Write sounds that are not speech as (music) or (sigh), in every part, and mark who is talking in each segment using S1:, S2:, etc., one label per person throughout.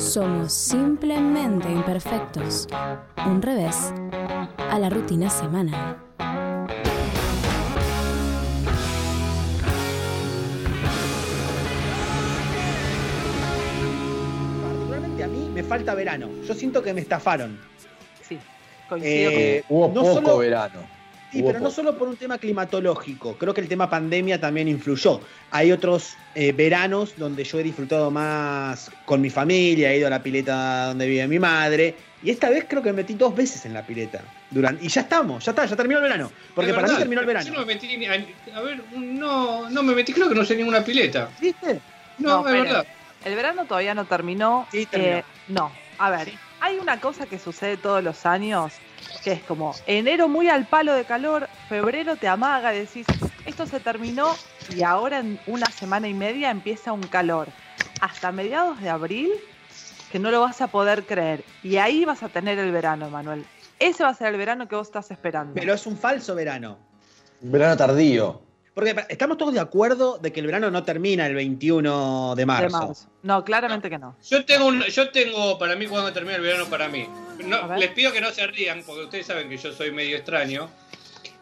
S1: Somos simplemente imperfectos. Un revés a la rutina semanal.
S2: Particularmente a mí me falta verano. Yo siento que me estafaron.
S3: Sí, coincido
S2: Eh,
S4: Hubo
S2: no
S4: poco
S2: solo-
S4: verano.
S2: Sí,
S4: Hubo
S2: pero no
S4: poco.
S2: solo por un tema climatológico, creo que el tema pandemia también influyó. Hay otros eh, veranos donde yo he disfrutado más con mi familia, he ido a la pileta donde vive mi madre, y esta vez creo que me metí dos veces en la pileta. Durante, y ya estamos, ya está, ya terminó el verano, porque
S5: Es
S2: para mí
S5: verdad,
S2: terminó el
S5: Yo no
S2: verano.
S5: me metí ni- a, a ver, no, no me metí, creo que no sé ninguna pileta.
S2: ¿Viste?
S5: No,
S3: No,
S5: es
S3: pero-
S5: verdad.
S3: El verano todavía no terminó. eh,
S2: Sí, terminó.
S3: no, a ver, hay una cosa que sucede todos los años, que es como enero muy al palo de calor, febrero te amaga, decís, esto se terminó y ahora en una semana y media empieza un calor. Hasta mediados de abril, que no lo vas a poder creer. Y ahí vas a tener el verano, Manuel. Ese va a ser el verano que vos estás esperando.
S2: Pero es un falso verano.
S4: Un Verano tardío.
S2: Porque pa- estamos todos de acuerdo de que el verano no termina el 21 de
S3: de
S2: marzo.
S3: marzo. No, claramente que no.
S5: Yo tengo, un- yo tengo para mí cuando termina el verano para mí. No,
S3: A ver.
S5: les pido que no se rían porque ustedes saben que yo soy medio extraño.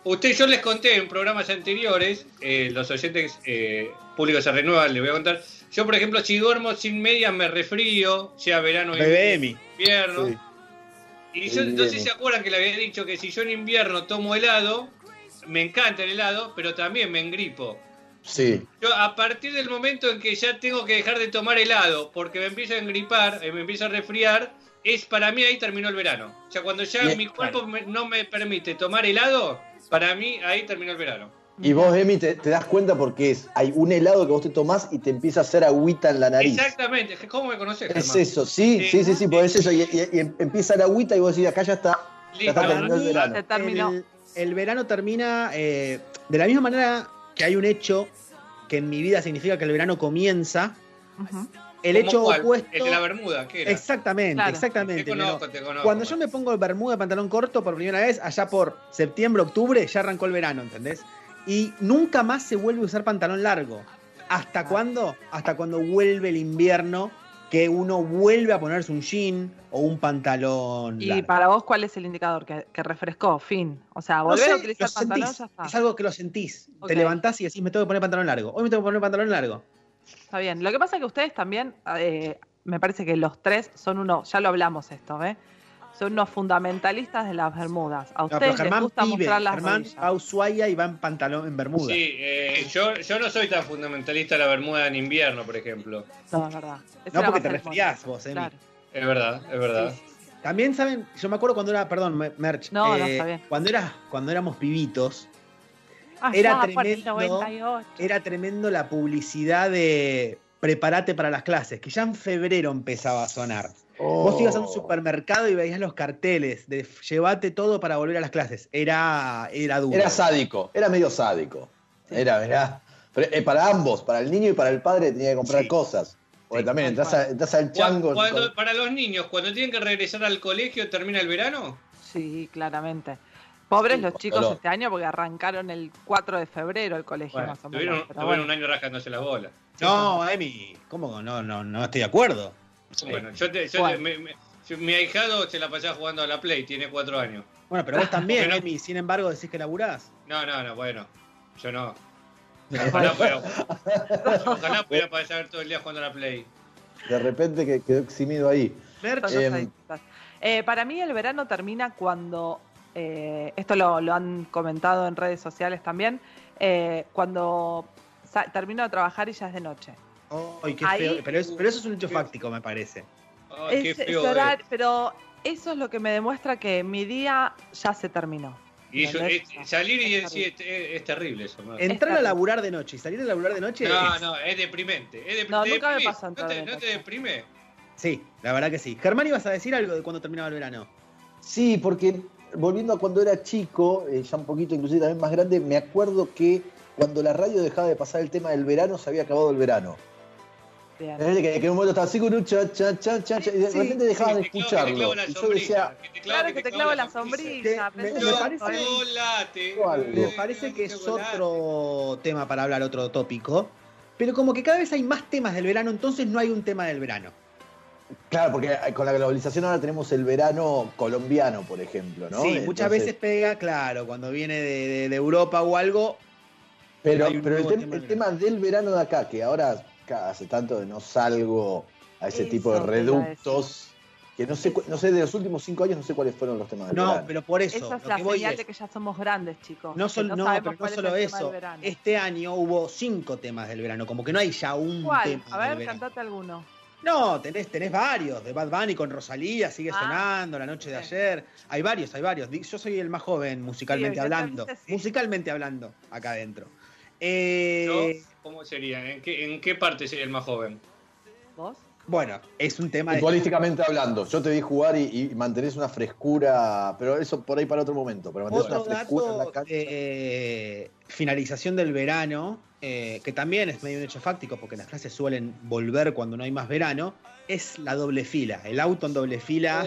S5: Usted, yo les conté en programas anteriores, eh, los oyentes eh, públicos se renuevan, les voy a contar. Yo, por ejemplo, si duermo sin medias me refrío, sea verano o
S2: Bebemi.
S5: invierno.
S4: Sí.
S5: Y yo, no sé si se acuerdan que le había dicho que si yo en invierno tomo helado, me encanta el helado, pero también me engripo.
S4: Sí.
S5: Yo, a partir del momento en que ya tengo que dejar de tomar helado porque me empiezo a engripar, eh, me empiezo a resfriar, es para mí ahí terminó el verano. O sea, cuando ya
S4: Bien,
S5: mi cuerpo me- no me permite tomar helado, para mí ahí terminó el verano.
S4: Y vos, Emi, te, te das cuenta porque es, hay un helado que vos te tomás y te empieza a hacer agüita en la nariz.
S5: Exactamente. ¿Cómo me conoces,
S4: Es
S5: Germán?
S4: eso, sí, sí, sí, sí, pues es eso. Y, y- y empieza la agüita y vos decís, acá ya está.
S5: Listo.
S4: Ya está
S2: Para
S4: terminó el
S2: mí,
S4: verano.
S3: Se terminó.
S2: El, el verano termina eh, de la misma manera que hay un hecho que en mi vida significa que el verano comienza.
S3: Ujú.
S2: El
S5: ¿Cómo
S2: hecho
S5: cuál?
S2: opuesto.
S5: El de la Bermuda, ¿qué era?
S2: Exactamente,
S3: Claro.
S5: Te
S2: exactamente.
S5: conozco, pues.
S2: pero
S5: te conozco.
S2: Cuando yo me pongo bermuda, pantalón corto por primera vez, allá por septiembre, octubre, ya arrancó el verano, ¿entendés? Y nunca más se vuelve a usar pantalón largo. ¿Hasta
S3: Ah.
S2: cuándo? Hasta cuando vuelve el invierno, que uno vuelve a ponerse un jean o un pantalón.
S3: Y
S2: largo.
S3: para vos, ¿cuál es el indicador que, que refrescó? Fin. O sea, volver
S2: No sé,
S3: a utilizar
S2: lo
S3: pantalón
S2: sentís.
S3: ya
S2: Es
S3: está.
S2: algo que lo sentís.
S3: Ok.
S2: Te levantás y decís, me tengo que poner pantalón largo. Hoy me tengo que poner pantalón largo.
S3: Está bien. Lo que pasa es que ustedes también, eh, me parece que los tres son unos, ya lo hablamos esto, ¿eh? Son unos fundamentalistas de las Bermudas. A
S2: No, pero
S3: ustedes les
S2: Germán
S3: gusta
S2: pibe,
S3: mostrar las
S2: Germán
S3: rodillas.
S2: va a Ushuaia y va en pantalón, en bermuda.
S5: Sí, eh, yo, yo no soy tan fundamentalista de la Bermuda en invierno, por ejemplo.
S3: No, es verdad. Ese
S2: No,
S3: era
S2: porque te
S3: más el
S2: resfriás
S3: mono.
S2: vos, Emi.
S3: Claro.
S5: Es verdad, es verdad.
S3: Sí, sí, sí.
S2: También saben, yo me acuerdo cuando era, perdón, me- Merch. eh,
S3: No, no, está bien.
S2: Cuando, era, cuando éramos pibitos,
S3: Allá
S2: Era
S3: por el
S2: tremendo.
S3: 98.
S2: era tremendo la publicidad de preparate para las clases, que ya en febrero empezaba a sonar. Vos ibas a
S4: Oh.
S2: un supermercado y veías los carteles de llévate todo para volver a las clases. Era, era duro.
S4: Oh. Era sádico, era medio sádico. Era, era. Pero, eh, para ambos, para el niño y para el padre tenía que comprar
S2: Sí.
S4: cosas. Porque
S2: Sí,
S4: también
S3: tal
S4: entras,
S3: cual.
S4: a- entras al chango.
S5: Cuando- para los niños, cuando tienen que regresar al colegio, ¿termina el verano?
S3: Sí, claramente. Pobres
S4: Sí,
S3: los
S4: con
S3: chicos
S4: dolor.
S3: este año porque arrancaron el 4 de febrero el colegio
S5: Bueno,
S3: más o
S5: tuvieron,
S3: menos. pero
S5: tuvieron
S3: bueno.
S5: un año rascándose las bolas.
S2: No, Emi, ¿cómo? No, no, no estoy de acuerdo.
S5: Bueno, yo, te- yo
S3: ¿Cuál?
S5: te- me- me- yo- mi ahijado se la pasaba jugando a la Play, tiene cuatro años.
S2: Bueno, (laughs) pero vos también,
S5: Pero-
S2: Emi, sin embargo, decís que laburás.
S5: No, no, no, bueno, yo no. Ojalá fuera, ojalá
S3: (laughs)
S5: pudiera pasar todo el día jugando a la Play.
S4: De repente que- quedó eximido ahí.
S2: Merch,
S3: Son los
S4: Em,
S3: adictos. Eh, para mí el verano termina cuando, eh, esto lo, lo han comentado en redes sociales también, eh, cuando sa- termino de trabajar y ya es de noche.
S2: ay, qué
S3: ahí-
S2: feo. Pero, es- pero eso es un hecho fáctico, me parece.
S5: Ay, qué
S3: Es- es
S5: feo eh.
S3: horar- pero eso es lo que me demuestra que mi día ya se terminó.
S5: es. Y eso-
S3: ¿entendés?
S5: es- salir y decir, es, es- es terrible eso. ¿no?
S2: Entrar a
S3: Está bien.
S2: laburar de noche y salir a laburar de noche.
S5: No,
S2: es-
S5: no, es deprimente. Es deprimente.
S3: No,
S5: ¿Te
S3: nunca me
S5: deprimís?
S3: pasó
S5: ¿No te,
S3: entrar de
S5: no te
S3: noche.
S5: deprime?
S2: Sí, la verdad que sí. Germán, ibas a decir algo de cuando terminaba el verano.
S4: Sí, porque volviendo a cuando era chico, eh, ya un poquito inclusive también más grande, me acuerdo que cuando la radio dejaba de pasar el tema del verano, se había acabado el verano.
S3: Bien.
S4: Era Que, que en un momento estaba así con un cha, cha, cha, cha, cha, y de
S2: Sí,
S4: repente
S5: Sí,
S4: dejaban de
S5: te clavo- que te
S4: escucharlo.
S5: clavo la
S4: Y yo
S5: sombrilla,
S4: decía,
S5: que te
S3: Claro que te clavo la sombrilla.
S2: Que
S3: pensé
S2: me-
S3: que
S2: me
S3: era
S2: parece-
S3: todavía-
S5: Chocolate.
S4: Algo.
S2: Me parece que es otro tema para hablar, otro tópico. Pero como que cada vez hay más temas del verano, entonces no hay un tema del verano.
S4: Claro, porque eh, con la globalización ahora tenemos el verano colombiano, por ejemplo, ¿no?
S2: Sí, muchas
S4: Entonces,
S2: veces pega, claro, cuando viene de, de- de Europa o algo.
S4: Pero,
S2: hay un
S4: pero el,
S2: nuevo
S4: tem-
S2: tema
S4: el
S2: que-
S4: tema del verano de acá, que ahora ca- hace tanto que no salgo a ese
S3: Eso
S4: tipo de
S3: te iba a decir.
S4: reductos, que no sé, cu- no sé, de los últimos cinco años no sé cuáles fueron los temas del
S2: No,
S4: verano.
S2: pero por eso,
S3: Esa es
S2: lo
S3: la
S2: que voy
S3: señal
S2: es,
S3: de que ya somos grandes, chicos.
S2: no,
S3: que
S2: sol- no,
S3: sabemos
S2: pero no
S3: cuál es el
S2: solo
S3: tema del
S2: eso.
S3: verano.
S2: Este año hubo cinco temas del verano, como que no hay ya un
S3: ¿Cuál?
S2: tema
S3: A
S2: del
S3: ver,
S2: verano.
S3: cantate alguno.
S2: No, tenés, tenés varios, de Bad Bunny con Rosalía, sigue
S3: Ah.
S2: sonando, La noche de
S3: Sí.
S2: ayer. Hay varios, hay varios. Di- Yo soy el más joven musicalmente
S3: Sí,
S2: hablando.
S3: evidentemente sí.
S2: Musicalmente hablando, acá adentro. Eh,
S5: ¿Yo? ¿Cómo sería? ¿En qué, en qué parte sería el más joven?
S3: ¿Vos?
S2: Bueno, es un tema de.
S4: Futbolísticamente hablando, yo te vi jugar y, y mantenés una frescura, pero eso por ahí para otro momento, pero mantenés
S2: Otro
S4: una frescura en la
S2: dato eh,
S4: cancha.
S2: de finalización del verano, eh, que también es medio un hecho fáctico, porque las clases suelen volver cuando no hay más verano, es la doble fila, el auto en doble fila.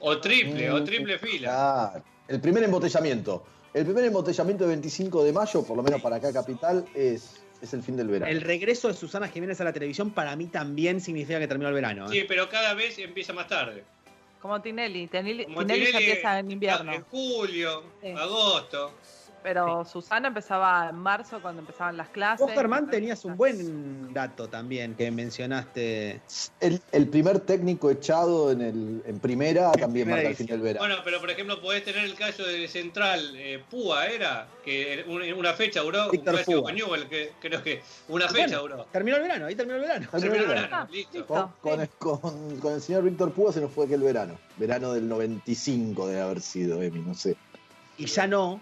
S5: Oh, O triple, o triple
S4: Mm,
S5: fila.
S4: claro. El primer embotellamiento. El primer embotellamiento de 25 de mayo, por lo menos para acá capital, es, es el fin del verano.
S2: El regreso de Susana Jiménez a la televisión para mí también significa que terminó el verano. ¿eh?
S5: Sí, pero cada vez empieza más tarde.
S3: Como Tinelli. Tinelli,
S5: Como
S3: Tinelli eh, ya
S5: Tinelli,
S3: empieza en invierno.
S5: En julio,
S3: Sí.
S5: agosto.
S3: Pero Susana empezaba en marzo cuando empezaban las clases.
S2: Vos, Germán, tenías un buen dato también que mencionaste.
S4: El, el primer técnico echado en, el, en primera también
S2: primera
S4: marca el
S2: división.
S4: fin del verano.
S5: Bueno, pero por ejemplo, podés tener el caso de Central eh, Púa, ¿era? Que un- una fecha duró, un
S2: Víctor
S5: clásico
S2: Púa.
S5: con Newell, que creo que una fecha duró.
S2: Terminó el verano, ahí terminó el verano.
S4: Terminó
S5: Terminó el
S4: verano.
S3: Ah,
S5: verano, listo.
S4: Con, con el, con- con el señor Víctor Púa se nos fue aquel verano. Verano del 95 debe haber sido, Emi, no sé.
S2: Y ya no,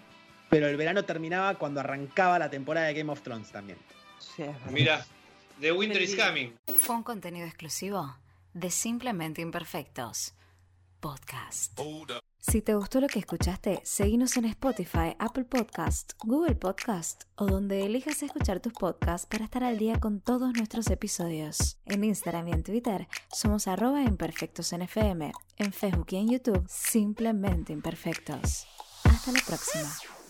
S2: pero el verano terminaba cuando arrancaba la temporada de Game of Thrones también.
S3: Sí, es verdad.
S5: Mirá, The Winter is
S3: Sí.
S5: Coming.
S1: Fue un contenido exclusivo de Simplemente Imperfectos Podcast. Si te gustó lo que escuchaste, seguinos en Spotify, Apple Podcast, Google Podcast o donde elijas escuchar tus podcasts para estar al día con todos nuestros episodios. En Instagram y en Twitter somos arroba imperfectos en FM, en Facebook y en YouTube Simplemente Imperfectos. Hasta la próxima.